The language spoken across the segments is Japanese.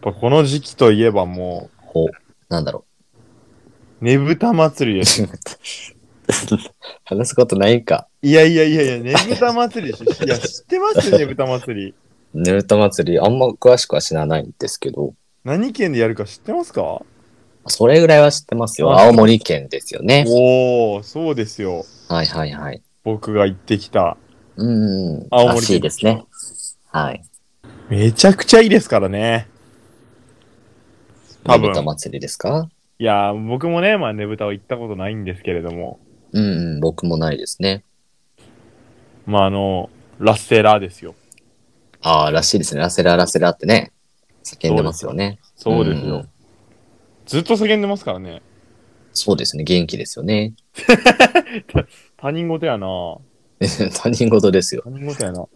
ぱこの時期といえばもほう。 なんだろう、ねぶた祭りう。です。ちょっと話すことないんか。いやいやいやい や、ねぶた祭りでしょ。いや、知ってますねぶた祭り。ねぶた祭り、あんま詳しくは知らないんですけど、何県でやるか知ってますかそれぐらいは知ってますよ。あ青森県ですよね。おおそうですよ。はいはいはい。僕が行ってきた。うんうん。青森県らしいですね。はい。めちゃくちゃいいですからね。多ねぶた分。祭りですかいや、僕もね、まあねぶたは行ったことないんですけれども。うんうん、僕もないですね。まああの、ラッセラーですよ。ああ、らしいですね。ラセララセラってね、叫んでますよね。そうですよ。うんずっと叫んでますからね。そうですね。元気ですよね。 他人事やな他人事ですよ。他人事やな。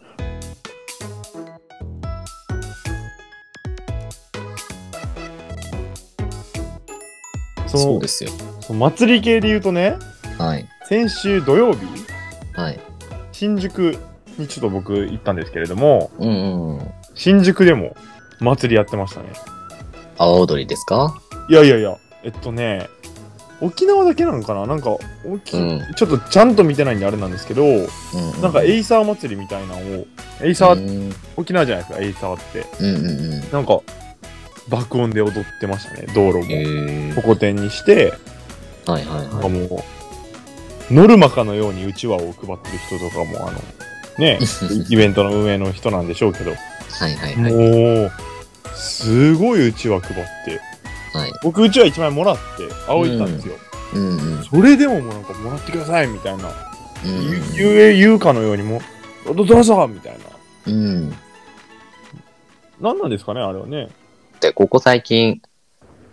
そそうのですよ。その祭り系で言うとね、はい。先週土曜日、はい。新宿にちょっと僕行ったんですけれども、うんうんうん。新宿でも祭りやってましたね。阿波踊りですかいやいやいや、えっとね、沖縄だけなのかななんか、沖うんちょっとちゃんと見てないんであれなんですけど、うん、うん。なんかエイサー祭りみたいなのを、エイサー、うん沖縄じゃないですか、エイサーって。うんうんうん。なんか、爆音で踊ってましたね、道路も。えホコ天にして、ー、はいはいなんかはもう、ノルマかのようにうちわを配ってる人とかも、あの、 ね、イベントの運営の人なんでしょうけど、い。はいはいはい。もう、すごいうちわ配って、はい。僕うちわ1枚もらって、仰いだんですよ。うんうん。それでももうなんかもらってくださいみたいな、うんゆゆえ言うかのようにもうどどうぞみたいなうん。何なんですかねあれはねで、ここ最近、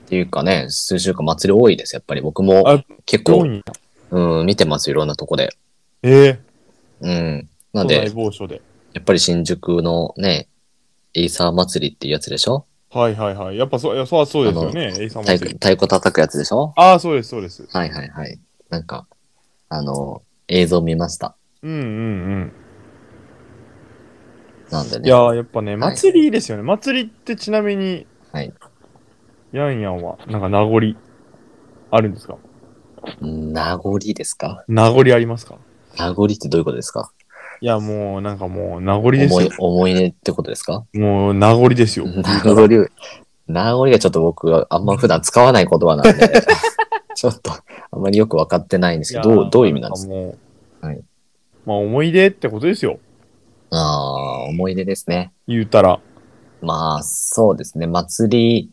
っていうかね、数週間祭り多いです。やっぱり僕もあ結どう構、にうん、見てます。いろんなとこで。ええうん。ー、なん都内で、某所でやっぱり新宿のね、エイサー祭りっていうやつでしょはいはいはいやっぱそういやそうそうですよねエイサー太祭鼓り太鼓叩くやつでしょああそうですそうですはいはいはい。なんか、あの、映像見ました。うんうんうんなんでいねや。ーやっぱね祭りですよね、祭りってちなみに、はい、ヤンヤンはなんか名残あるんですか名残ですか名残ありますか名残ってどういうことですかいやもうなんかもう名残です思よい、思い出ってことですかもう名残ですよ 名残、名残がちょっと僕はあんま普段使わない言葉なん で、ちょっとあんまりよく分かってないんですけど、どうどういう意味なんですかかもう、はいまあ思い出ってことですよああー、思い出ですね。言うたらまあ、そうですね。祭り、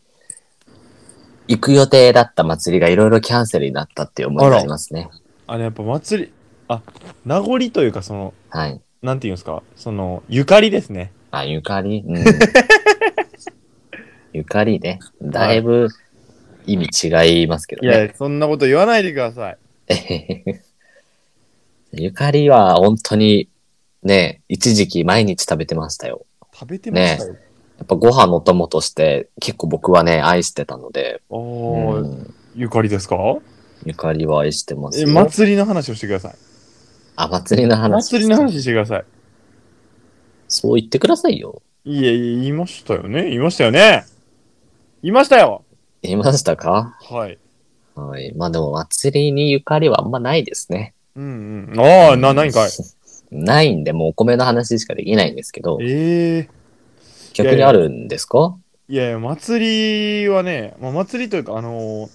行く予定だった祭りがいろいろキャンセルになったっていう思いがありますね。あれやっぱ祭りあ名残というかそのはい。なんていうんですかそのゆかりですねあ、ゆかり うん。ゆかりね。だいぶ意味違いますけどいね。やそんなこと言わないでください ゆかりは本当にね、一時期毎日食べてましたよ。食べてましたよ、やっぱご飯の友として結構僕はね、愛してたので、おおうんゆかりですかゆかりは愛してますえよ。祭りの話をしてくださいあ、祭りの話。祭りの話してくださいそう言ってくださいよ。いえいえ言いましたよね言いましたよね言いましたよ言いましたかはいはい。まあでも祭りにゆかりはあんまないですね。うんうんああな何かい。 ないんで、もうお米の話しかできないんですけど、ええ逆にあるんですかいやいや、祭りはね、まあ、祭りというか、あのー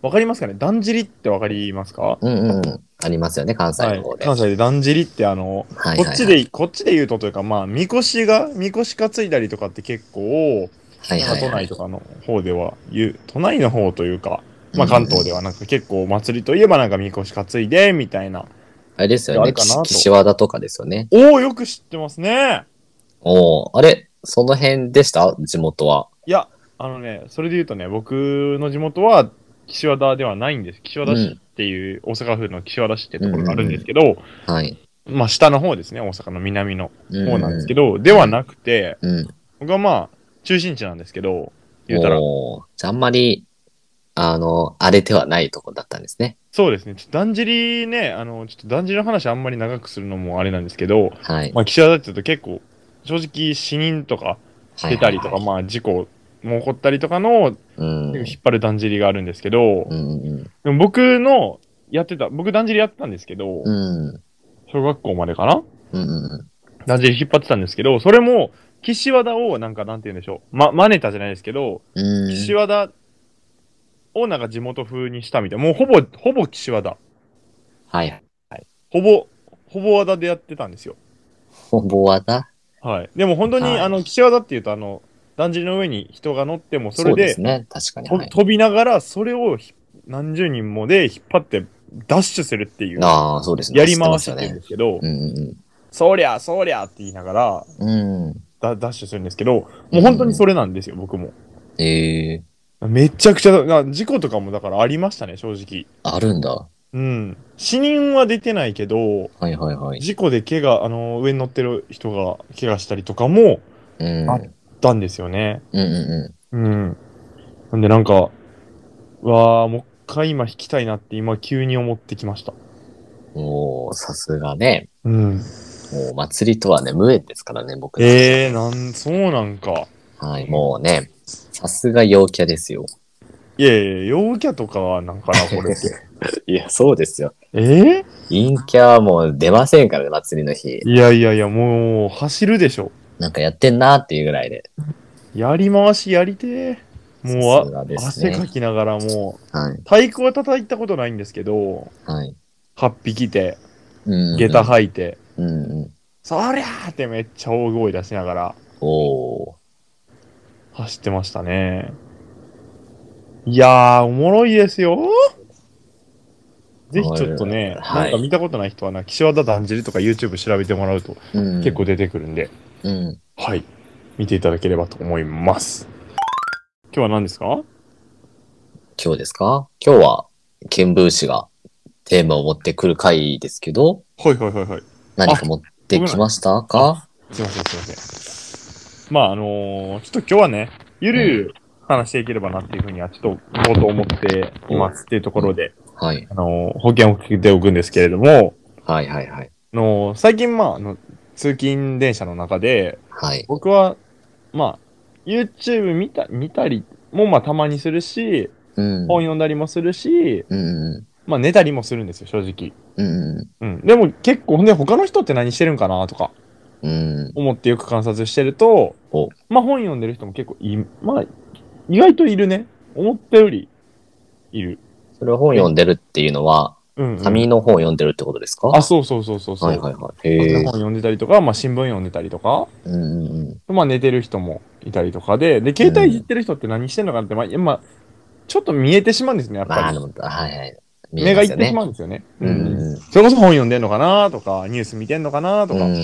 わかりますかねだんじりってわかりますかうんうんうん。ありますよね、関西はのい方、で。関西でだんじりってあの、はいこっち、で、こっちで言うとというか、まあ、みこしが、みこし担いだりとかって結構、はいなんはかいは都い内とかの方では言う、都内の方というか、まあ関東ではなんか結構祭りといえばなんかみこし担いで、みたいな。あれですよあれね。かなと岸岸和田とかですよね。おおよく知ってますねおおあれその辺でした地元は。いや、あのね、それで言うとね、僕の地元は岸和田ではないんです。岸和田う市んっていう、大阪府の岸和田市ってところがあるんですけど、はい。まあ下の方ですね、大阪の南の方なんですけど。ど、ではなくて、うん。僕はまあ中心地なんですけど、言うたら、おーじゃああんまり、あの、荒れてはないとこだったんですね。そうですね、ちょっとだんじりね、あの、ちょっとだんじりの話あんまり長くするのもあれなんですけど、はい。まあ岸和田って言うと結構、正直死人とかはい出たりとか、はいまあ事故もう怒ったりとかのうん。引っ張るだんじりがあるんですけど、うん。でも僕のやってた、僕だんじりやってたんですけど、うん。小学校までかなうん。だんじり引っ張ってたんですけど、それも、岸和田をなんかなんて言うんでしょう。ま、真似たじゃないですけど、うん。岸和田をなんか地元風にしたみたいな。もうほぼ、ほぼ岸和田。はい。ほぼ、ほぼ和田でやってたんですよ。ほぼわだはい。でも本当に、はいあの、岸和田っていうと、あの、だんじりの上に人が乗っても、それうでですね。確かに。とはい。飛びながら、それをひ何十人もで引っ張って、ダッシュするっていう、ああ、そうですね。やり回し知っっててま言うんしたね。ですけど、うんそりゃ、そりゃって言いながら、うん。うだダッシュするんですけど、もう本当にそれなんですよ、僕も。ん。ええ。めちゃくちゃ、な事故とかもだからありましたね、正直。あるんだ。はうん。死人は出てないけど、いはいはい。事故で怪我、あの、上に乗ってる人が怪我したりとかも、うん。ああったんですよね。うんううん。なんでなんか、うわあ、もう一回今弾きたいなって今急に思ってきました。んうん。もう、さすがね。うん。もう、祭りとはね、無縁ですからね、僕たちええー、なん、そうなんか。はい、もうね、さすが陽キャですよ。いやいや、陽キャとかはなんかな、これ。 いや、そうですよ。ええ陰キャはもう出ませんからね、祭りの日。いやいやいや、もう走るでしょ。なんかやってんなっていうぐらいで。やり回しやりてー。もさすうがあ、です汗ねかきながらもう、はい、太鼓は叩いたことないんですけど、はい。 8匹て、うん。下駄履いて、うんうん。そりゃーってめっちゃ大声出しながらおー。走ってましたね。いやー、おもろいですよぜひちょっとね、はいなんか見たことない人はな、岸和田だんじりとか YouTube 調べてもらうとうん、結構。出てくるんで、うん。はい、見ていただければと思います。今日は何ですか今日ですか今日は、剣舞師がテーマを持ってくる回ですけど、はいはいはいはい。何か持ってきましたかすいません、すいません。まあ、あのーちょっと今日はね、ゆるゆる話していければなっていうふうには、ちょっと、冒頭思っていますっていうところで、はい。あのー保険を聞いておくんですけれども、はいはいはい。あのー最近、まあ、あの、通勤電車の中で、はい。僕は、まあ、YouTube 見た、見たりも、まあ、たまにするし、うん。本読んだりもするし、うんうまあ、寝たりもするんですよ、正直。ん。うんうん。でも、結構、ね、他の人って何してるんかなとか、うん。うん。思ってよく観察してるとお、まあ本読んでる人も結構い、まあ意外といるね。思ったよりいる。それは本読んでるっていうのは、うん、うん。紙の本を読んでるってことですか、あ、そうそうそうそうそう。はいはいはい。へ本え。読んでたりとか、まあ新聞読んでたりとか、うんうんうん。まあ寝てる人もいたりとかで、で、携帯いじってる人って何してんのかなって、まあ、いやまあ、ちょっと見えてしまうんですね、やっまぱあ、でり。も、はいはい。見目えがいまっすよてしねまうんですよね。ううんん。それこそ本読んでんのかなとか、ニュース見てんのかなとうか、ん。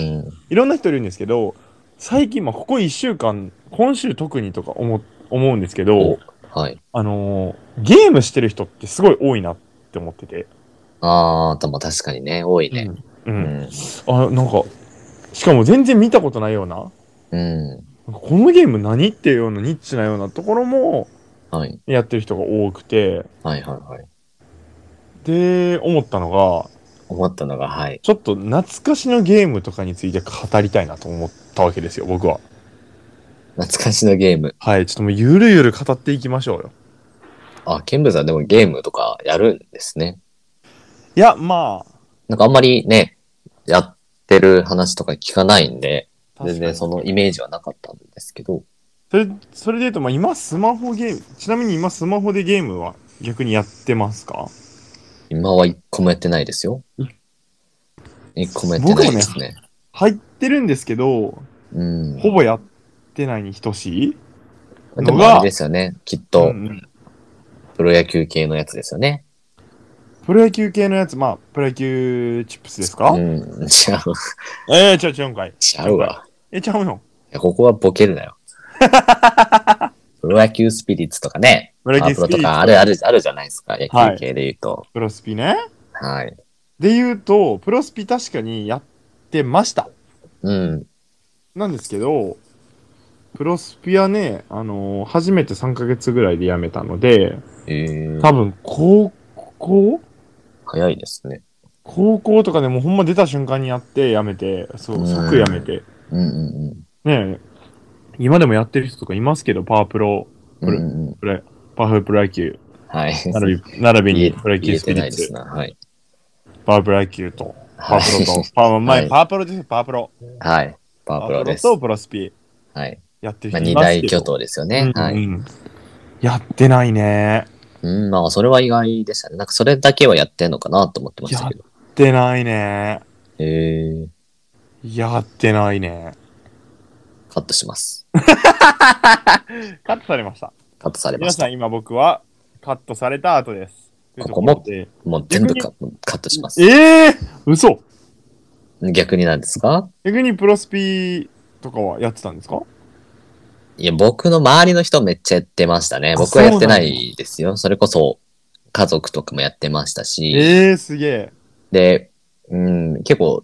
いろんな人いるんですけど、最近、まあここ1週間、今週特にとか思思うんですけど、おはい。あのーゲームしてる人ってすごい多いなって思ってて。ああ、でも確かにね、多いね。う。うんん。あ、なんか、しかも全然見たことないような、なんかうこのゲーム何っていうようなニッチなようなところもん。はい。やってる人が多くて、はいはいはい。で、思ったのが、思ったのが、はい。ちょっと懐かしのゲームとかについて語りたいなと思ったわけですよ、僕は。懐かしのゲーム。はい、ちょっともうゆるゆる語っていきましょうよ。あ、ケンブさんでもゲームとかやるんですね。いや、まあ、なんかあんまりね、やってる話とか聞かないんで、確全かに然そのイメージはなかったんですけど。それ、それで言うと、まあ今スマホゲーム、ちなみに今スマホでゲームは逆にやってますか今は一個もやってないですようん。一個もやってないですね。入ってるんですけど、うん。ほぼやってないに等しいぼでもあれですよね。きっとう、んプロ野球系のやつですよね。プロ野球系のやつ、まあ、プロ野球チップスですか、うん。ちゃう、ええー、違う違うんかい。ちゃうわ。え、ちゃうよ。いやここはボケ るなよ。プロ野球スピリッツとかね。プロ野ア球プロスとピリッかツあるある、あるじゃないですか。野球系で言うと。プロスピね。はい。で言うと、プロスピ確かにやってました。うん。なんですけど、プロスピはね、あのー初めて3ヶ月ぐらいで辞めたので、えー多分、高校早いですね。高校とかでもうほんま出た瞬間にやって辞めて、そう、即辞めて。うんうんねえ、今でもやってる人とかいますけど、パワープロ、うんうんうん。プロパワフルプロ野球、はい。並び並び言えにプロ野言球えスピてリないッでツす、な。はい。パワープロ野球と、パはワープロとい。、パワー、前、はいパワープロですパワープロ。はい。パワープロですパ。ワープロとプロスピはい。やってるまあ、人い二ますけど。大巨頭ですよね。はうんい。うんやってないね。うん、まあ、それは意外でしたね。なんか、それだけはやってんのかなと思ってましたけど。やってないね。へえ。やってないね。カットします。カットされました。カットされま皆しさた。ん、今僕はカットされた後です。ここもというとこもう全部カカットしますろ。でええー、嘘逆になんですか逆にプロスピとかはやってたんですかいや、僕の周りの人めっちゃやってましたね。あ僕はやってなそういですよ。それこそ、家族とかもやってましたし、ええー、すげえ。で、うん、結構、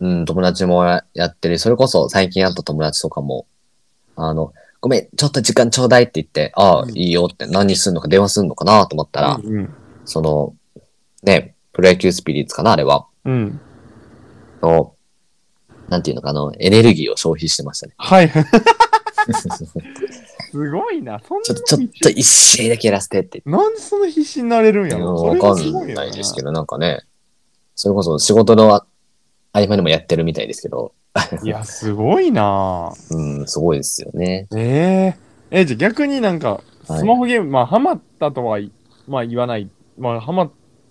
うん、友達もややってる。それこそ最近会った友達とかも、あの、ごめん、ちょっと時間ちょうだいって言って、ああう、んいいよって何するのか電話するのかなと思ったら、うん。その、ね、プロ野球スピリッツかなあれは。うん。の、なんていうのかな、エネルギーを消費して ましたね。はい。すごいな。そんなちょっと、ちょっと一試合だけやらせてってなんでそんな必死になれるんやいやろわかんないですけど、なんかね、それこそ仕事のあ合間にもやってるみたいですけど、ど。いや、すごいな。うん、すごいですよね。えええ、じゃあ逆になんか、はいスマホゲーム、まあ、ハマったとはい、まあ言わない、まあ、ハマっ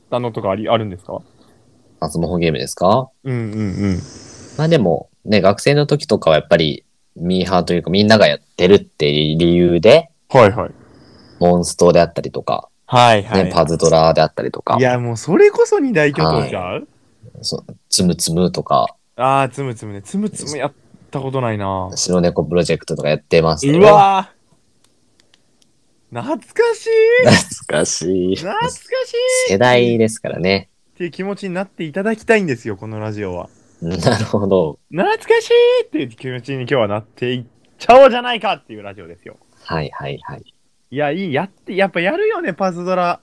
たのとかありあるんですかあ、スマホゲームですかうんうんうん。まあでも、ね、学生の時とかはやっぱり、ミーハーというかみんながやってるっていう理由で、はいはい。モンストであったりとか、はいねパズドラであったりとかい、や、もうそれこそ二大巨頭ちゃう、そうつむつむとか、ああ、つむつむね。つむつむやったことないな。白猫プロジェクトとかやってましたうよ。わー懐かしい 懐かしい。懐かしい世代ですからね。っていう気持ちになっていただきたいんですよ、このラジオは。なるほど。懐かしいっていう気持ちに今日はなっていっちゃおうじゃないかっていうラジオですよ。はいはいはい。いや、いい、やって、やっぱやるよね、パズドラ。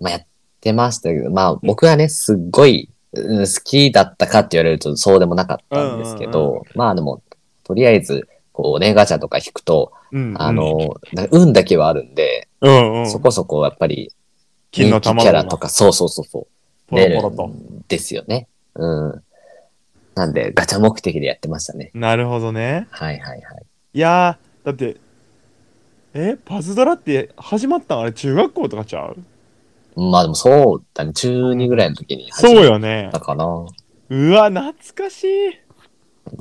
まあ、やってましたけど、まあ、僕はね、すっごい、うん好きだったかって言われるとそうでもなかったんですけど、うんまあでも、とりあえず、こうね、ガチャとか引くと、うんあ、の、な運だけはあるんで、うんうん。そこそこやっぱり、金の人気卵キャがラとか、そうそうそうそう、ポロポロと。出るんですよね。うん。なんで、ガチャ目的でやってましたね。なるほどね。はいはいはい。いやー、だって、え、パズドラって始まったんあれ中学校とかちゃうまあでもそうだね、中2ぐらいの時にそうっよね。たかな。うわ、懐かしい。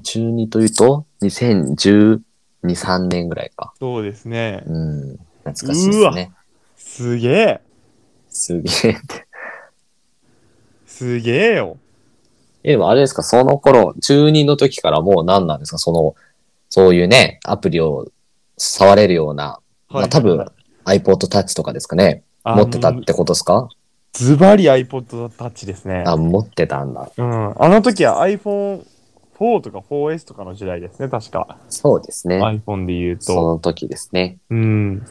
中2というと、2012、3年ぐらいか。そうですね。うん。懐かしいですね。すげえ。すげえ。すげえよ。え、でもあれですか、その頃、中2の時からもう何なんですか、その、そういうね、アプリを触れるような、まあ多分 iPod Touch とかですかね、あ持ってたもっうてことですかズバリ iPod タッチですね。あ、持ってたんだ。うん。あの時は iPhone4 とか 4S とかの時代ですね、確か。そうですね。 iPhone で言うそと。の時ですね。うん。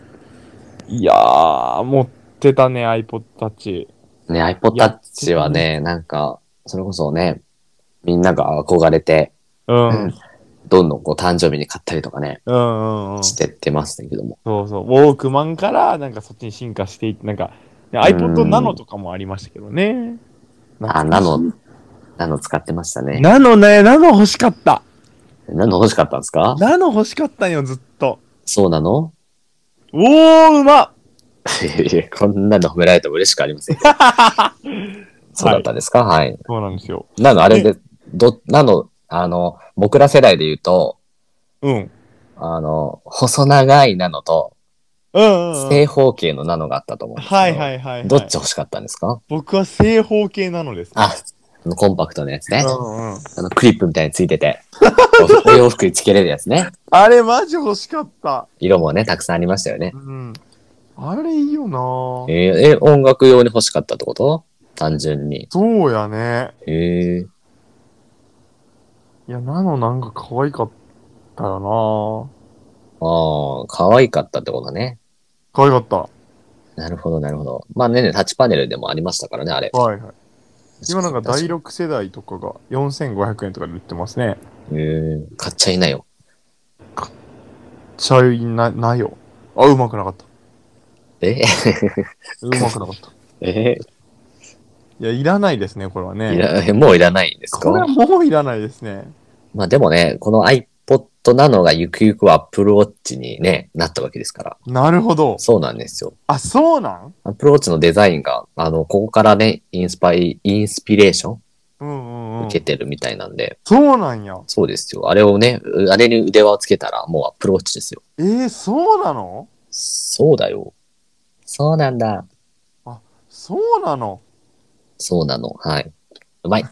いやー、持ってたね、iPod タッチ。ね、iPod Touch はね、なんか、それこそね、みんなが憧れて、うん。ううんんどんどんこう誕生日に買ったりとかね、うんうん。してってましたけども。そうそう。ウォークマンから、なんかそっちに進化していって、なんか、ね、iPod ナノとかもありましたけどね。あ、ナノ、ナノ使ってましたね。ナノね、ナノ欲しかった。ナノ欲しかったんですかナノ欲しかったんよ、ずっと。そうなの おー、うまっいやこんなの褒められても嬉しくありませんよ。 そうだったんですかはい。そうなんですよ。なの、あれで、ど、なの、あの、僕ら世代で言うと、うん。あの、細長いナノと、うんうん、うん。正方形のナノがあったと思うんですけど。はいはいはい、はい。どっち欲しかったんですか僕は正方形なのです。あ、あのコンパクトなやつね。うんうん。あの、クリップみたいについ てて、おお洋服につけれるやつね。あれマジ欲しかった。色もね、たくさんありましたよねう。ん。あれいいよなえーえ、音楽用に欲しかったってこと単純に。そうやね。へえいや、ナノなんか可愛かったよああ、可愛かったってことね。な可愛かった。なるほど、なるほど。まあね、タッチパネルでもありましたからね、あれ。はいはい。今なんか第六。 6世代とかが4500円とかで売ってますね。えー、買っちゃいなよ。ちゃいな、ないよ。あ、うまくなかった。 えうまくな かった。えいや、いらないですね、これはいね。ら、もういらないんですこれはかもういらないですね。まあでもね、この iPod なのがゆくゆくは Apple Watch にね、なったわけですから。なるほど。そうなんですよ。あ、そうなんアプローチのデザインが、あの、ここからね、インスパイ、インスピレーショうんうんうンん受け。てるみたいなんで、そうなんや。そうですよ。あれをね、うあれに腕輪をつけたら、もうアップローチですよ。えー、そうなのそうだよ。そうなんだ。そうなのそうなの。はい。うまい。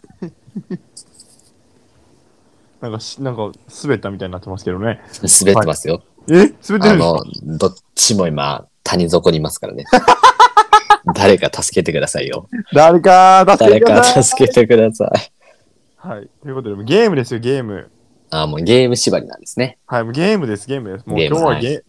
なんかし、なんか、滑ったみたいになってますけどね。滑ってますよ。え滑ってるんであすかの、どっちも今、谷底にいますか らね。誰か助けてくださいよ。誰か助け誰てくだかさい助けてください。はい。ということで、ゲームですよ、ゲーム。あ、もうゲーム縛りなんですね。はい、もうゲームです、ゲームです。もうゲーム今日ははいゲーム。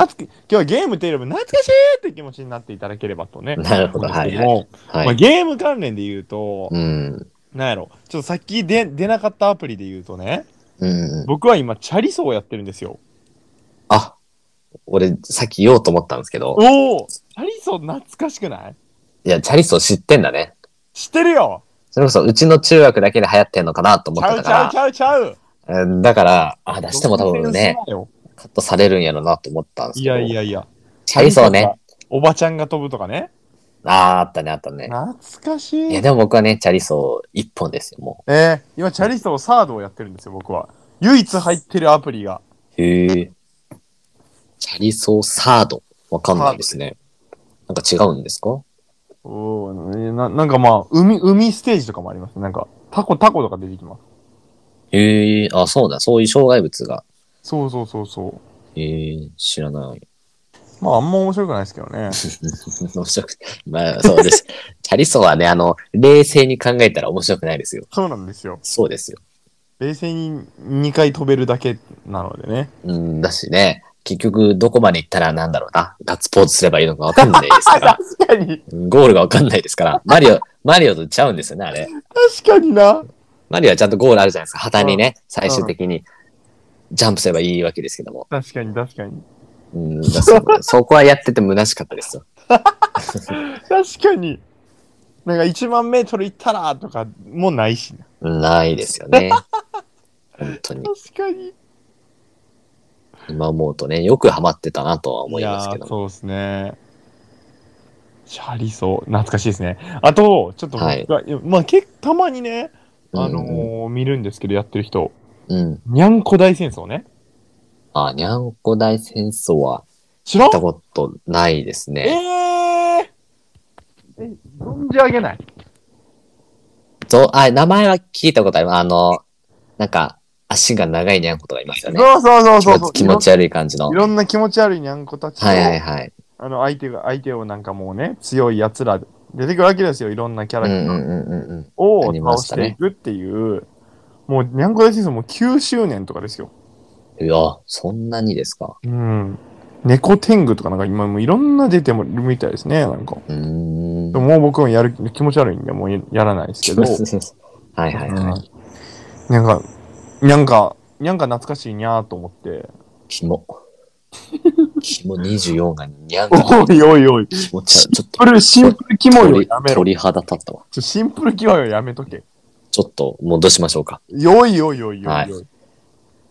懐か今日はゲームというよりも懐かしいって気持ちになっていただければとね。なるほど。はいはい。もうまはあ、い。ゲーム関連で言うと、うん。なんやろ、ちょっとさっきで出なかったアプリで言うとね、うん。僕は今、チャリソーをやってるんですよ。あ、俺、さっき言おうと思ったんですけど、おおチャリソー懐かしくないいや、チャリソー知ってんだね。知ってるよそれこそ、うちの中学だけで流行ってんのかなと思ちっゃてうたちゃうちかゃうちゃうら、うんだから、あ、出しても多分ね、独占すなよカットされるんやろなと思ったんですいけど。やいやいや。チャリソーね。。おばちゃんが飛ぶとかね。あーあったね、あったね。懐かしい。いや、でも僕はね、チャリソー一本ですよ、もえー、今、チャリソーサードをやってるんですよ、僕は。唯一入ってるアプリが。う。へえ。チャリソーサード。わかんないですね。なんか違うんですかおおななんかまあ、海、海ステージとかもあります。なんか、タコ、タコとか出てきます。へえ、あ、そうだ、そういう障害物が。そうそうそうそへえ、知らない。 う。まあ、あんま面白くないですけどね。面白く、まあ、そう です。チャリソーはね、あの、冷静に考えたら面白くないですよ。そうなんですよ。そうですよ。冷静に2回飛べるだけなのでね。うん、だしね、結局、どこまで行ったらなんだろうな。ガッツポーズすればいいのかわかんないです から。確かに、ゴールがわかんないですから。マリオ、マリオとちゃうんですよね、あれ。確かにな。マリオはちゃんとゴールあるじゃないですか。旗にね、最終的にジャンプすればいいわけですけども。確かに、確かに。う ん、だそうそこはやってて虚しかったですよ。確かに。なんか1万メートル行ったらとかもないしな。ないですよ ね。本当に。確かに。今思うとね、よくハマってたなとは思いますけやーども。そうですね。チャリソー、懐かしいですね。あと、ちょっと僕が、はいいやまあ、けたまにね、あのうんー見るんですけど、やってる人、うん。にゃんこ大戦争ね。あ、にゃんこ大戦争は知やらんったことないですえね。ー、え、存じ上げない。そう、あ、名前は聞いたことあります。あの、なんか、足が長いにゃんことがいますよね。そうそうそう気持そうち気持ち悪い感じの。いはろんな気持ち悪いにゃんこたちを、いはいはい。あの相手が、相手をなんかもうね、強い奴ら、出てくるわけですよ、いろんなキャうんラうんクうんうんうん。ターをありま倒ししたてねいくっていう、もう、にゃんこ大戦争もう9周年とかですよ。いや、そんなにですか。うん。猫天狗とかなんか今もういろんな出てもるみたいですね、なんか。うーん。でももう僕もやる気持ち悪いんで、もうやらないですけど。はいはいはうんい。なんか、なんか、なんか懐かしいにゃーと思って。キ モ。キモ24がにゃんこ。おいおいおい。気持シち悪い。ちょンっプル、シンプルキモいとよ鳥やめろ。鳥肌立ったわ。ちょシンプルキモいよやめとけ。ちょっと戻しましょうか。よいよいよいよいよい。はい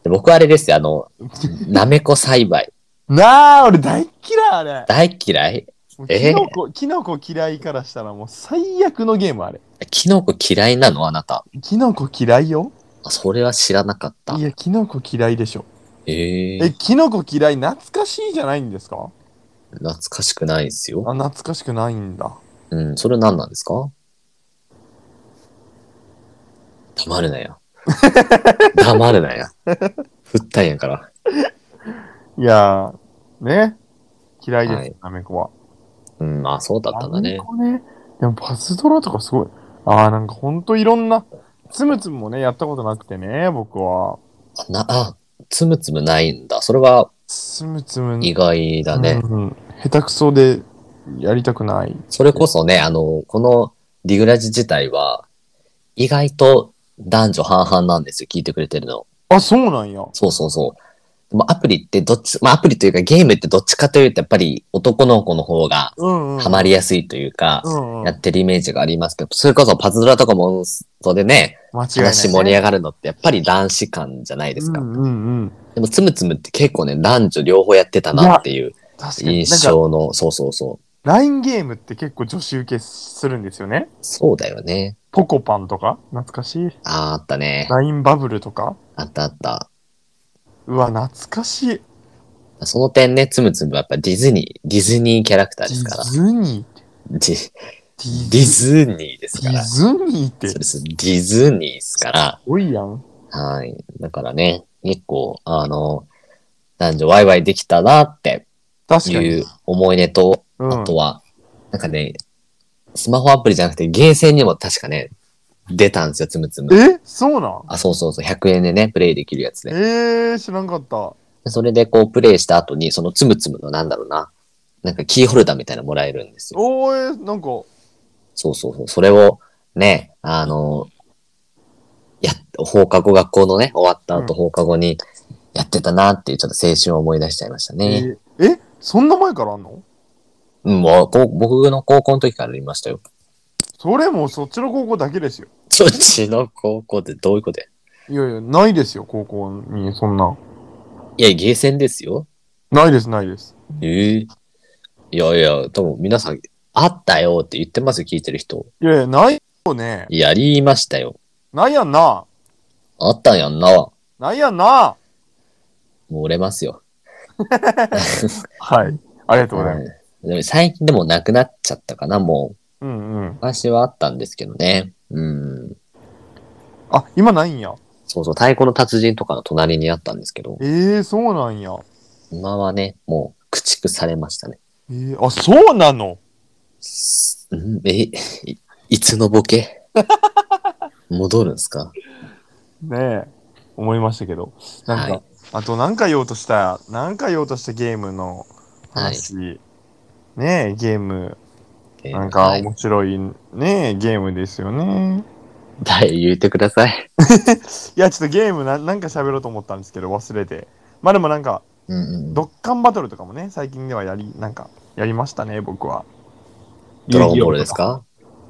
で僕はあれですよ、あの、 なめこ栽培。なあ、俺大っ嫌いあれ。大嫌いもうえーキノコ、キノコ嫌いからしたらもう最悪のゲームあれ。キノコ嫌いなのあなた。キノコ嫌いよ。あそれは知らなかったい。や、キノコ嫌いでしょ。えええ、キノコ嫌い懐かしいじゃないんですか懐かしくないですよ。あ、懐かしくないんだ。うん、それ何なんですか黙る なよ。黙るなよ。振ったんやから。いやー、ね。嫌いです、はいナメコは。うん、まあそうだったんだナメね。コね。でもパズドラとかすごい。あー、なんかほんといろんな、つむつむもね、やったことなくてね、僕は。あな、あ、つむつむないんだ。それはつむつむ。意外だね。うんうん。下手くそでやりたくない。それこそね、あの、このリグラジ自体は、意外と男女半々なんですよ。聞いてくれてるの。あ、そうなんや。そうそうそう。まあ、アプリってどっち、まあ、アプリというかゲームってどっちかというとやっぱり男の子の方がうん、うん。ハマりやすいというか、うん、うん。やってるイメージがありますけど、それこそパズドラとかもそうでね、間違いない、話盛り上がるのってやっぱり男子間じゃないですか。うんうんうん。でもつむつむって結構ね、男女両方やってたなっていう確かに。印なんか、象の、そうそうそう。 LINE ゲームって結構女子受けするんですよね。そうだよね。ポコパンとか懐かしい。あーあったね。 LINE バブルとかあったあった。うわ、懐かしい。その点ね、つむつむはやっぱディズニー、ディズニーキャラクターデですからィ。ズニーって。ディディディズニーですデから。ィそズニーって。うすです。ディズニーですから。ごいやん。はい。だからね、結構、あの、男女ワイワイできたなって確いかに。う思い出と、うん、あとは、なんかね、スマホアプリじゃなくて、ゲーセンにも確かね、出たんですよ、つむつむ。えそうなんあ、そうそうそう、100円でね、プレイできるやつで。えー、知らんかった。それでこう、プレイした後に、そのつむつむのなんだろうな、なんかキーホルダーみたいなのもらえるんですよ。おー、えー、なんか、そうそうそう。それを、ね、あの、やっ、放課後、学校のね、終わった後、うん放課後にやってたなっていう、ちょっと青春を思い出しちゃいましたね。えーえそんな前からあんのうん、もうこう、僕の高校の時からありましたよ。 それもうそっちの高校だけですよ。そっちの高校ってどういうことやいやいや、ないですよ、高校に、そんな。いや、ゲーセンですよ。ないです、ないです。ええいやいや、多分皆さん、あったよって言ってますよ、聞いてる人。いやいや、ないよね。いやありましたよ。ないやんな。あったんやんな。もないやんな。う売れますよ。はい。ありがとうございます。うんでも最近でもなくなっちゃったかな、もう。うんうん。昔はあったんですけどね。うん。あ、今ないんや。そうそう、太鼓の達人とかの隣にあったんですけど、ええー、そうなんや。今はね、もう駆逐されましたね。えー、あ、そうなのうん、え、 いいつのボケ戻るんすかねえ、思いましたけど。なんか、はいあと何か言おうとした、何か言おうとしたゲームの話。ねえ、ゲーム。えーなんかはい面白い、ねえ、ゲームですよね。はい、言ってください。いや、ちょっとゲームな、なんか喋ろうと思ったんですけど、忘れて。まあでもなんか、うんうん。ドッカンバトルとかもね、最近ではやり、なんか、やりましたね、僕は。ドラゴンボールです遊戯王とか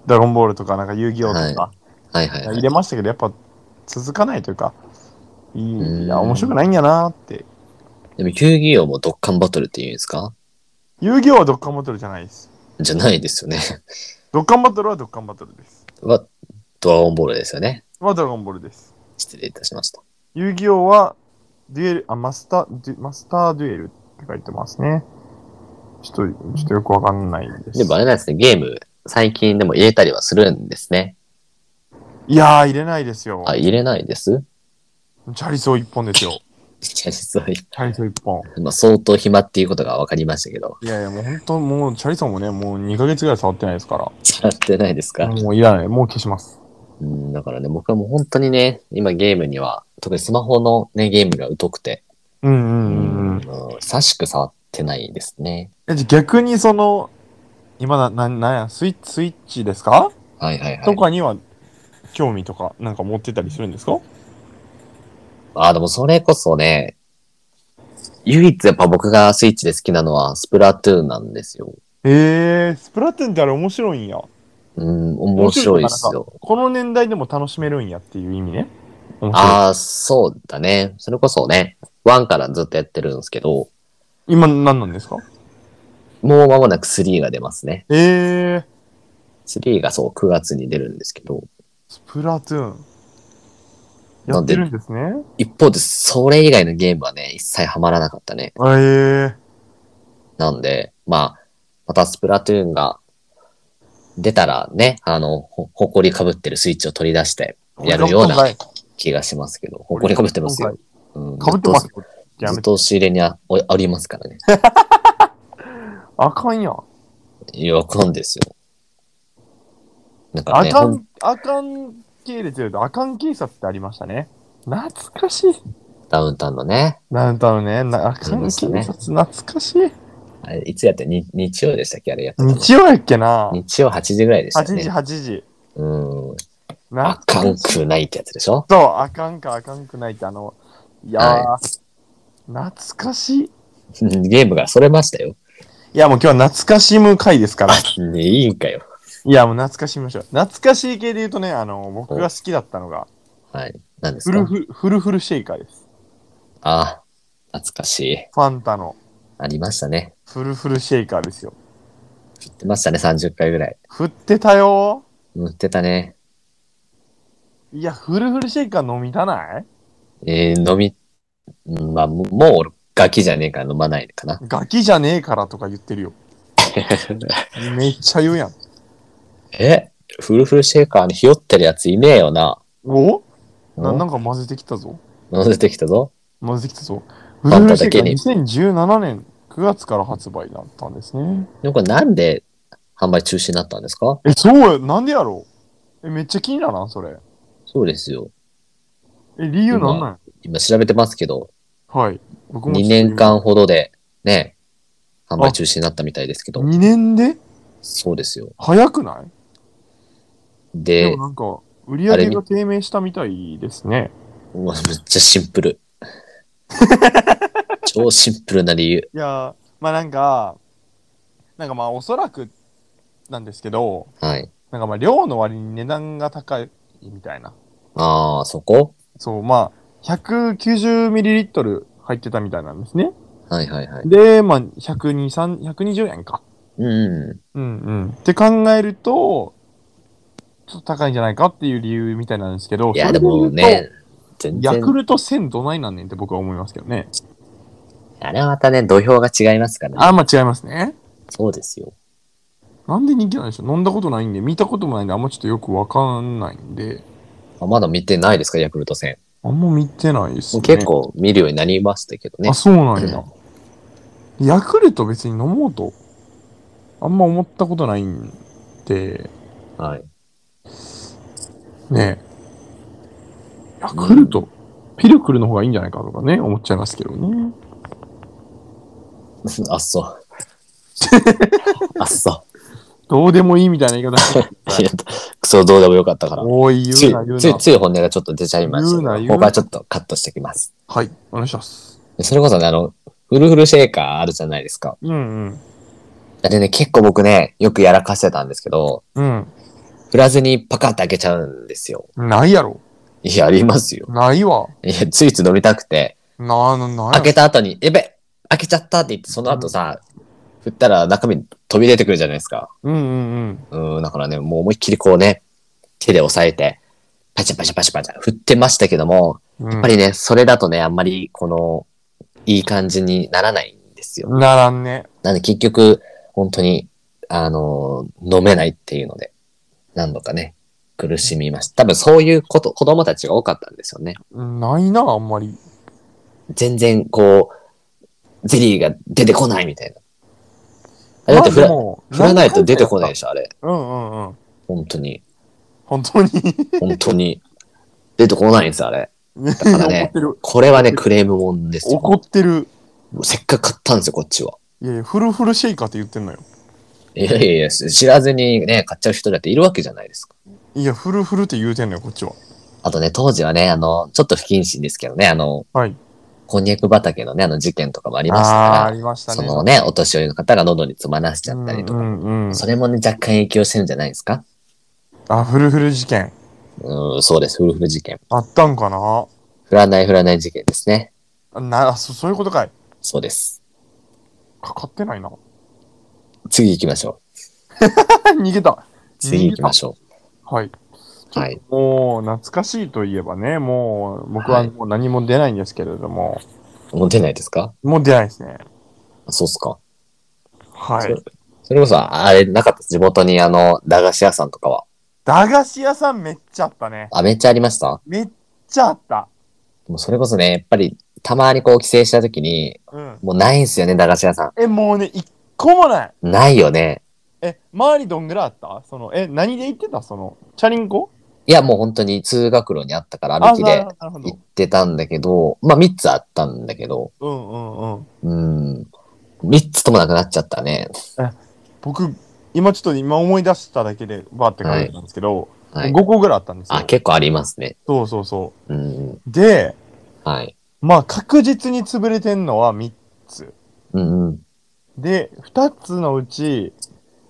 ドラゴンボールとか、なんか遊戯王とか、はいはい、は入い。れましたけど、やっぱ続かないというか、いい、いや、うん面白くないんやなって。でも、遊戯王もドッカンバトルって言うんですか遊戯王はドッカンバトルじゃないです。じゃないですよね。ドッカンバトルはドッカンバトルです。は、ドラゴンボールですよね。はドラゴンボールです。失礼いたしました。遊戯王は、デュエル、あ、マスター、デュマスターデュエルって書いてますね。ちょっと、ちょっとよくわかんないです。でもあれなんですね、ゲーム、最近でも入れたりはするんですね。いやー、入れないですよ。あ、入れないですチャリソー一本ですよ。チャリソーチャリソー一本。 まあ、相当暇っていうことが分かりましたけど、 いやいや、もう本当、もう、チャリソーもね、もう2ヶ月ぐらい触ってないですかさらってないですら。か、もういらない。もう消します。うん、だからね、僕はもう本当にね、今ゲームには、特にスマホのね、ゲームが疎くて、うんうんううんうん。ん久しく触ってないですね。えじゃあ逆にその、今な、な、なんや、スイッチ、スイッチですか、はいはいはとい。かには、興味とか、なんか持ってたりするんですかあ、でもそれこそね、唯一やっぱ僕がスイッチで好きなのは、スプラトゥーンなんですよ。えー、スプラトゥーンってあれ面白いんや。うん、面白いですよ。この年代でも楽しめるんやっていう意味ね。面白いああ、そうだね。それこそね、1からずっとやってるんですけど、今何なんですかもう間もなく3が出ますね。えー、 3がそう、9月に出るんですけど、スプラトゥーン。やなんってでるんですね。一方で、それ以外のゲームはね、一切ハマらなかったね。えー、なんで、まあ、またスプラトゥーンが出たらね、あの、ほ、ほこりかぶってるスイッチを取り出してやるような俺が今気がしますけど、ほこりかぶって回ますよ。う今回んかぶってますよ。ずっとやずめ。ってと仕入れにあおありますからね。あかんやん。いや、あかんですよ。なんかあね、かほんん、あかん系列で言うと、あかん警察ってありましたね。懐かしい。ダウンタウンのね、なんだろうね。なあかありんま警したね察、懐かしい。あれいつやって、に日曜でしたっけあれやってたの日曜やっけな。日曜8時ぐらいでした8時、ね。 8時。うん。なあかんくないってやつでしょそう、あかんか、あかんくないって、あの、いやー、懐かしい。いうんゲームがそれましたよ。 や、もう今日は懐かしむ回ですから。ねいいんかよ。いや、もう懐かしみましょう。懐かしい系で言うとね、あの、僕が好きだったのが、はい。何ですフルかフル、フルフルシェイカーです。ああ、懐かしい。ファンタのありましたね。フルフルシェイカーですよ。振ってましたね、30回ぐらい。振ってたようん振ってたね。ー。いや、フルフルシェイカー飲みたないえー、飲み、うんまあ、もうもう俺ガキじゃねえから飲まない かな。ガキじゃねえからとか言ってるよ。めっちゃ言うやん。えフルフルシェイカーにひよってるやついねえよな。おなうなんか混ぜてきたぞ。飲んでてきたぞ。混ぜてきたぞ。フルァフンルタシェだイカけーに2017年9月から発売だったんですね。でもこれなんで販売中止になったんですかえ、そうや、なんでやろうえ、めっちゃ気にならんそれ。そうですよ。え、理由なんなん今調べてますけど、はい。僕2ちょっと今年。間ほどでね、販売中止になったみたいですけど、 2年でそうですよ。早くないでで、もなんか、売り上げが低迷したみたいですね。うわめっちゃシン プル。超シンプルな理由。いやー、まあなんか、なんかまあおそらくなんですけど、はい。なんかまあ量の割に値段が高いみたいな。ああ、そこそう、まあ、190ml 入ってたみたいなんですね。はいはいはい。で、まあ、102、3 120円か。うん。うんうん。って考えると、ちょっと高いんじゃないかっていう理由みたいなんですけど、いや、そでれ言もうとね、全ヤ然ク、ルト1000どないなんねんって僕は思いますけどね。あれはまたね、土俵が違いますからね。あ、まあ違いますね。そうですよ。なんで人気なんでしょう飲んだことないんで、見たこともないんで、あんまちょっとよくわかんないんで、あまだ見てないですか、ヤクルト戦。あんま見てないです、ね。結、構見るようになりましたけどねあ、。そうなん や。ヤクルト別に飲もうと、あんま思ったことないんで、はい。 ねヤクルト、ピルクルの方がいいんじゃないかとかね、思っちゃいますけどね。あっそう。 あっそどうでもいいみたいな言い方 してう。いやクソどうでもよかったから。おい、言つういな、言うついな。つい本音がちょっと出ちゃいましたけ言うな言うど、なここはちょっとカットしてきます。はい、お願いします。それこそね、あの、フルフルシェイカーあるじゃないですか。うんうん。あれね、結構僕ね、よくやらかしてたんですけど、う振らずにパカッて開けちゃうんですよ。ん。ないやろ。いや、ありますよ。ないわ。いや、ついつい飲みたくて、な、な、ない。開けた後に、やべ開けちゃったって言って、その後さ、振ったら中身飛び出てくるじゃないですか。うんうんうん。うん、だからね、もう思いっきりこうね、手で押さえて、パチャパチャパチャパチャ振ってましたけども、ややっぱりね、それだとね、あんまり、この、いい感じにならないんですよ。ならんね。なんで結局、本当に、あの、飲めないっていうので、何度かね、苦しみました。多分そういうこと、子供たちが多かったんですよね。ないな、あんまり。全然、こう、ゼリーが出てこないみたいな。あれだって振まらあでも振らないと出てこないでしょ、あれ。うんうんうん。本当に。本当に。本当に。出てこないんですよ、あれ。だから 怒っねてる。これはね、クレームもんです怒よ。ってる。せっかく買ったんですよ、こっちは。いやいや、フルフルシェイカーって言ってんのよ。いやいやいや、知らずにね、買っちゃう人だっているわけじゃないですか。いや、フルフルって言うてんのよ、こっちは。あとね、当時はね、あの、ちょっと不謹慎ですけどね、あの、はい。こんにゃく畑のね、あの事件とかもありましたああー、あかりましら、たそね。のね、お年寄りの方が喉に詰まらしちゃったりとうか、んうんうんそれもね、若干影響してるんじゃないですかあ、フルフル事件。うん、そうです、フルフル事件。あったんかな振らない振らない事件ですね。あなあそ、そういうことかい。そうです。かかってないな。 次行きましょ逃げた。う。次行きましょはい。う。はい。もう、懐かしいといえばね、もう、僕ははいもう何も出ないんですけれども、もう出ないですかもう出ないですね。そうっすか。はそ。いうそれこそ、あれ、なかったです地元にあの、駄菓子屋さんとかは。駄菓子屋さんめっちゃあったね。あ、めっちゃありましためっちゃあった。もうそれこそね、やっぱり、たまにこう帰省した時に、うん。もうないんすよね、駄菓子屋さえ、もうね、一個もない。ん。ないよね。え、周りどんぐらいあったその、え、何で行ってたその、チャリンコいや、もう本当に通学路にあったからあ、歩きなるでほどなるほ行っど。てたんだけど、まあ3つあったんだけど、うんうんうん。うん。3つともなくなっちゃったね。僕、今ちょっと今思い出しただけで、バーって書いてたんですけど、はい。 5個ぐらいあったんですよあ、。結構ありますね。そうそうそうん。う。で、はい。まあ確実に潰れてんのは3つ。うんうん。で、2つのうち、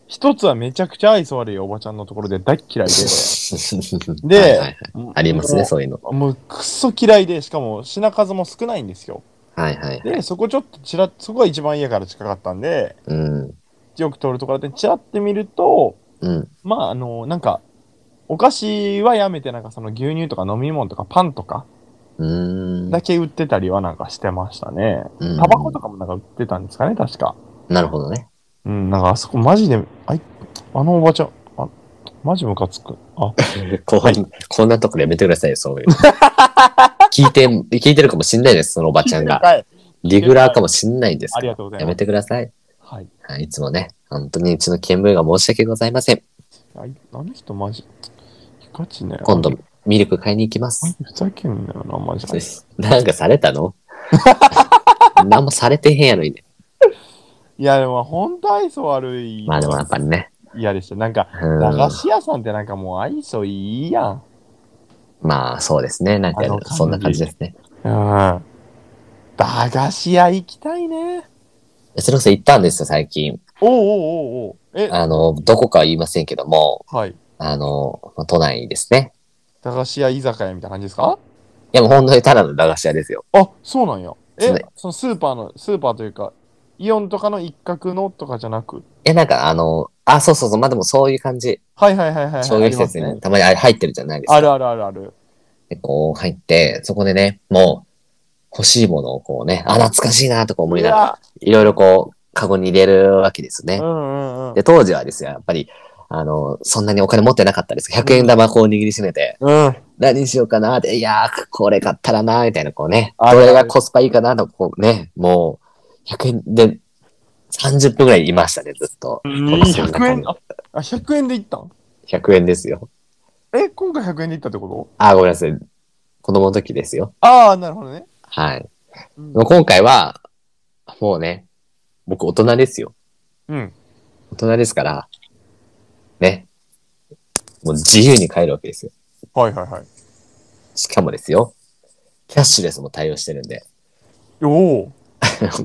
1つはめちゃくちゃ愛想悪いおばちゃんのところで大っ嫌いで、 はいはいはいで、 ありますね、そういうの。もうくっそ嫌いで、しかも品数も少ないんですよ。はいはい。で、そこちょっとちらっ、そこが一番家から近かったんで、うん。よく通るところでチラって見ると、うん。まああの、なんか、お菓子はやめて、なんかその牛乳とか飲み物とかパンとかうーん。だけ売ってたりはなんかしてましたね。うんタバコとかもなんか売ってたんですかね、確か。なるほどね。うん、なんかあそこマジで、あいあのおばちゃん、あ、マジムカつく。あ、こう、こんなところやめてくださいよ、 そういう。聞いて、聞いてるかもしんないです、そのおばちゃんが。はいリグラーかもしんないんですあかりら。がとうございやまめす。てください。はい。はい、いつもね、本当にうちの見聞が申し訳ございません。あいあの人マジ、ガチね。今度、ミルク買いに行きます。ふざけんなよな、マジで。なんかされた の何もされてへんやのにね。いや、でも本当愛想悪い。まあでもやっぱりね。嫌でした。なんか、うん駄菓子屋さんってなんかもう愛想いいやん。まあそうですね。なんあのか感、じそんな感じですね。うん。駄菓子屋行きたいね。それこそ行ったんですよ、最近。おうおうおうおう。え、あの、どこかは言いませんけども、はい。あの、まあ都内ですね。駄菓子屋居酒屋みたいな感じですかいや、もう本当にただの駄菓子屋ですよ。あ、そうなんや。えそうね、そのスーパーの、スーパーというか、イオンとかの一角のとかじゃなく。え、なんかあの、あ、そうそうそう、まあでもそういう感じ。はいはいはいはいはい。商業施設ありますにねたまにあれ入ってるじゃないですか。あるあるあるある。で、こう入って、そこでね、もう欲しいものをこうね、あ、懐かしいなとか思いながら、いろいろこう、カゴに入れるわけですうねん。うんうん。で、当時はですよ、やっぱり、あの、そんなにお金持ってなかったです。100円玉こう握りしめて、うん。何しようかなって、いやー、これ買ったらなみたいな、こうね、あどるあるれがコスパいいかなと、こうね、もう、100円で、30分ぐらいいましたね、ずっと。そんな100感円じあ、あ100円で行ったん ?100 円ですよ。え、今回100円で行ったってことあー、ごめんなさい。子供の時ですよ。ああ、なるほどね。はい。うんでも今回は、もうね、僕大人ですよ。うん。大人ですから、ね。もう自由に買えるわけですよ。はいはいはい。しかもですよ。キャッシュレスも対応してるんで、 おお。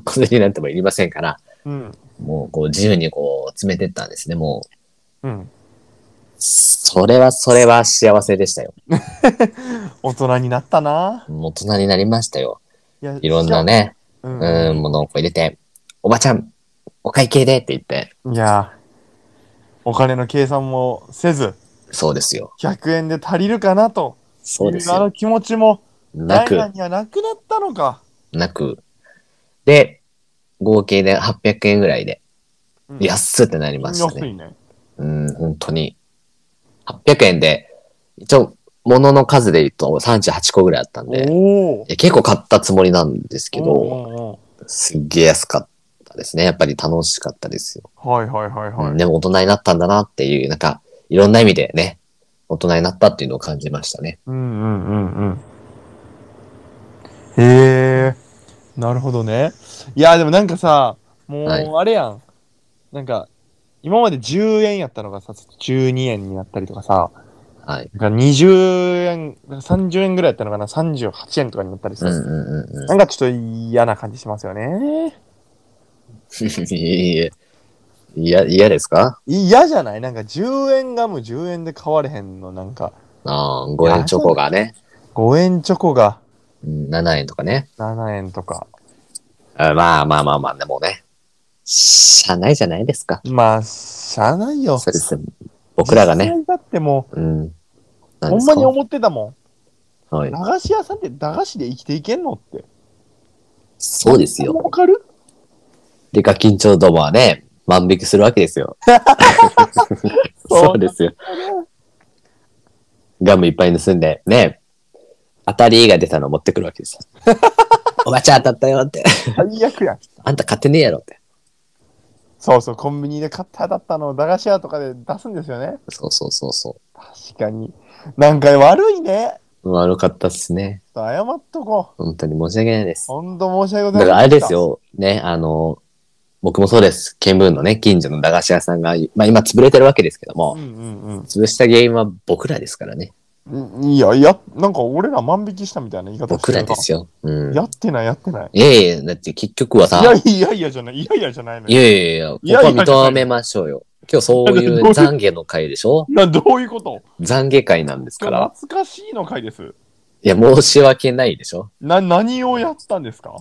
小銭なんてもいりませんから、うん。もうこう自由にこう詰めてったんですね。もう、うん。それはそれは幸せでしたよ。大人になったな。もう大人になりましたよ。いやいろんな。ね、う。うんん、ものをこう入れて、おばちゃん、お会計でって言って、いや、お金の計算もせず、そうですよ。 100円で足りるかなといそうですうあのよ。気持ちも、なダイくナ。にはなくなったのか。なく。で、合計で800円ぐらいで、うん安ってなりました安ね。いね。うん、本当に。800円で、一応、物の数で言うと38個ぐらいあったんで、おお。いや結構買ったつもりなんですけど、おすっげえ安かったですね。やっぱり楽しかったですよ。ーはいはいはいはい。うんでも大人になったんだなっていう、なんか、いろんな意味でね、大人になったっていうのを感じましたね。うんうんうんうん。へえ、なるほどね。いや、でもなんかさ、もうはいあれやん。なんか、今まで10円やったのがさ、12円になったりとかさ、はい。なんか20円、なんか30円ぐらいやったのかな、38円とかになったりうさ、んうんうんう なんかちょっと嫌な感じしますよね。ん。いや、いや嫌ですか嫌じゃないなんか10円がもう10円で買われへんの、なんか、ああ、5円チョコがね、 5円チョコがうん7円とかね。 7円とか。あまあまあまあまあ、でもね、しゃあないじゃないですか。まあ、しゃあないよ。そうです。僕らがね、実際だってもう、うん。ほ何でんすまかに思ってたもはん。い駄。菓子屋さんって駄菓子で生きていけんのって。そうですよ。わかるで、ガキンチョどもはね、万引きするわけですよ。 そうですよ。 ガムいっぱい盗んで、ね、当たりが出たのを持ってくるわけですよ。 おばちゃん当たったよって。最悪やん。あんた買ってねえやろって。そうそう、コンビニで買って当たったのを駄菓子屋とかで出すんですよね。そうそうそうそ確かに。なんか悪いね。う。悪かったっすね。ちょっと謝っとこう。本当に申し訳ないです。ほんと申し訳ございません。だからあれです。よ、ね、あの、僕もそうです。見聞のね、近所の駄菓子屋さんが、まあ今潰れてるわけですけどうもん、うんうん。潰した原因は僕らですからね。いや、や、なんか俺ら万引きしたみたいな言い方して僕るらなですよ。うん。やってない、やってない。いやいや、だって結局はさい、やいやいやじゃない、いやいやじゃないのいよ。やいやいや、ここは認めましょうよ。今日そういう懺悔の回でしょな、どういうこと懺悔会なんですから。懐かしいの回です。いや、申し訳ないでしょな、何をやったんですか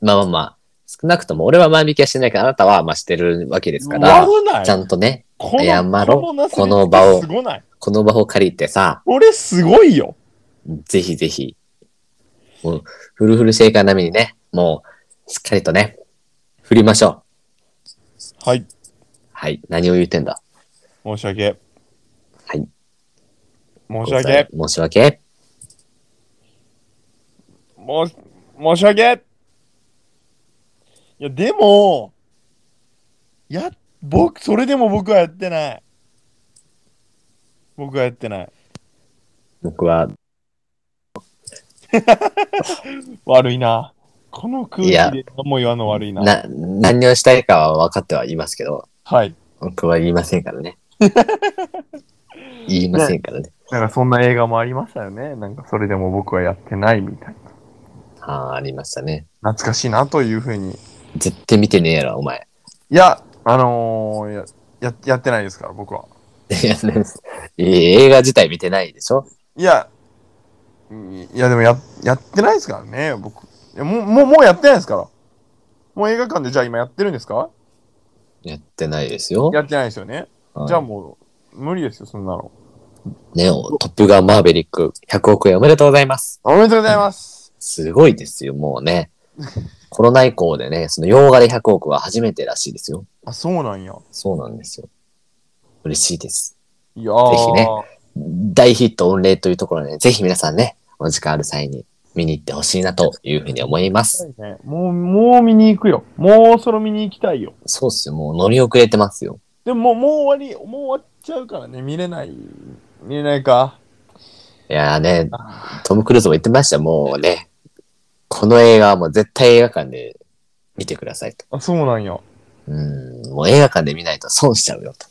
まあまあまあ。少なくとも俺は万引きはしてないから、あなたはまあしてるわけですから、悪ないちゃんとね、この謝ろこのこの場をすごない。この場を借りてさ、俺すごいよ。ぜひぜひ、もう、フルフル正解並みにね、もう、しっかりとね、振りましょはい、う。はい。何を言ってんだ申し訳。はい。申し訳。。申し訳。もう、申し訳。いや、でも、や、僕、それでも僕はやってない。僕はやってない。僕は、悪いな。この空いや気で何も言わんの悪いな。な、何をしたいかは分かってはいますけど、はい。僕は言いませんか らね。言いませんからね。なんかそんな映画もありましたよね。なんかそれでも僕はやってないみたいな。ああー、ありましたね。懐かしいなというふうに。絶対見てねえやろ、お前。 いや、あのー、や、や、やってないですから、僕は。いやねいや映画自体見てないでしょいや、うんいやでもや、やってないですからね、僕。いやもう、もう、もうやってないですから。もう映画館でじゃあ今やってるんですかやってないですよ。やってないですよね。はいじゃあもう、無理ですよ、そんなの。ねおトップガンマーベリック、100億円おめでとうございます。おめでとうございます。すごいですよ、もうね。コロナ以降でね、その洋画で100億は初めてらしいですよ。あ、そうなんや。そうなんですよ。嬉しいです。いやーぜひね大ヒット御礼というところで、ぜひ皆さんね、お時間ある際に見に行ってほしいなというふうに思います。そうですね。もう、もう見に行くよ。もうそろ見に行きたいよ。そうっすよ、もう乗り遅れてますよ。でももう、もう終わり、もう終わっちゃうからね、見れない。見れないか。いやーねあ、トム・クルーズも言ってました、もうね、この映画はもう絶対映画館で見てくださいと。あ、そうなんや。うん、もう映画館で見ないと損しちゃうよと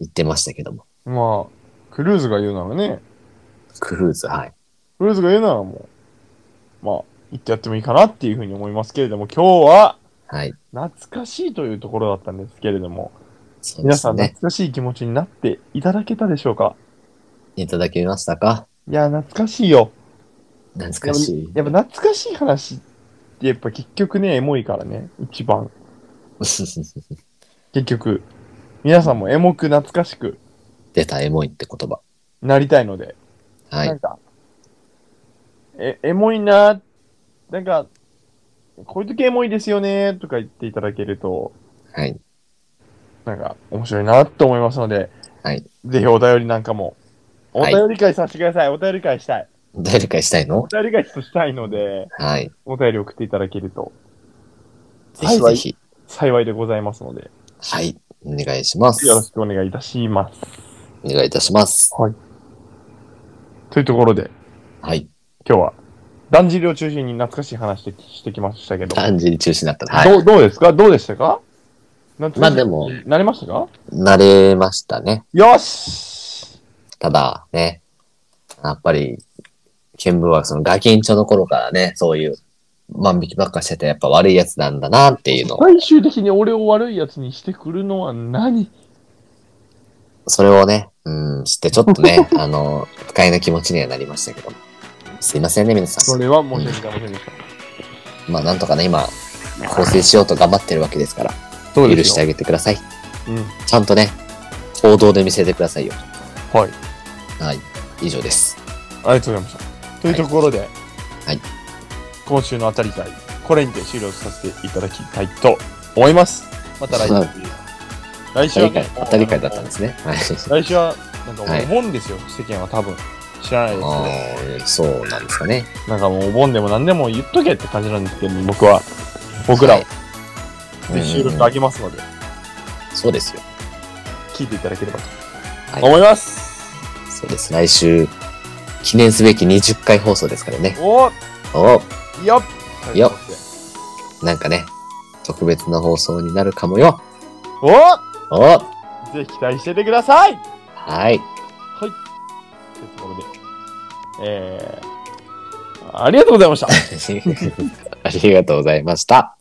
言ってましたけども。まあ、クルーズが言うならね、クルーズ、はい。クルーズが言うならもう、まあ、行ってやってもいいかなっていうふうに思いますけれども、今日は、はい。懐かしいというところだったんですけれども、そうで皆さすんね。懐かしい気持ちになっていただけたでしょうかいただけましたかいや、懐かしいよ。懐かしい。やっぱ懐かしい話って、やっぱ結局ね、エモいからね、一番。結局、皆さんもエモく懐かしく 出たエモいって言葉。なりたいので、はないん。か、え、エモいな、なんか、こういう時エモいですよね、とか言っていただけると、はい。なんか、面白いなと思いますので、はいぜひお便りなんかも、おはい便り会させてください。お便り会したい。誰かしたいおの便り会したいので、はい。お便り送っていただけるとぜひぜひ。幸いでございますので、はい。お願いします。よろおしくお願いいたします。願いいたします。というところで、はい。今日は、だんじりを中心に懐かしい話してしてきましたけど、断じり中止になったら。はい。どうどうですかどうでしたか懐まかあしいでも、なりましたか慣れましたね。よしただ、ね。やっぱり、剣舞はそのガキンチョの頃からね、そういう万引きばっかしてて、やっぱ悪いやつなんだなっていうのを最終的に俺を悪いやつにしてくるのは何それをね、うん、知ってちょっ とね、あの、不快な気持ちにはなりましたけど。すいませんね、皆さそん。れは申し訳ございませんでした。まあ、なんとかね、今、構成しようと頑張ってるわけですから、そう許ですよしてあげてください。うん。ちゃんとね、行動で見せてくださいよ。はい。はい。以上です。ありがとうございました。というところで、はい今週のあたり会、これにて終了させていただきたいと思います。また来週はい。来当週たはり会ね、、当たり会だったんですね。はい。来週は、なんかもはういお盆ですよ、世間は多分。知らないですあね。あ、そうなんですかね。なんかもうお盆でも何でも言っとけって感じなんですけど、僕は、僕らをはぜいひ収録うんあげますので、そうですよ。聞いていただければはいと思います。そうです。来週、記念すべき20回放送ですからね。おおーよっよなんかね、特別な放送になるかもよ。おーおぜひ期待しててくださいはい。 というところで、えー、ありがとうございました。ありがとうございました。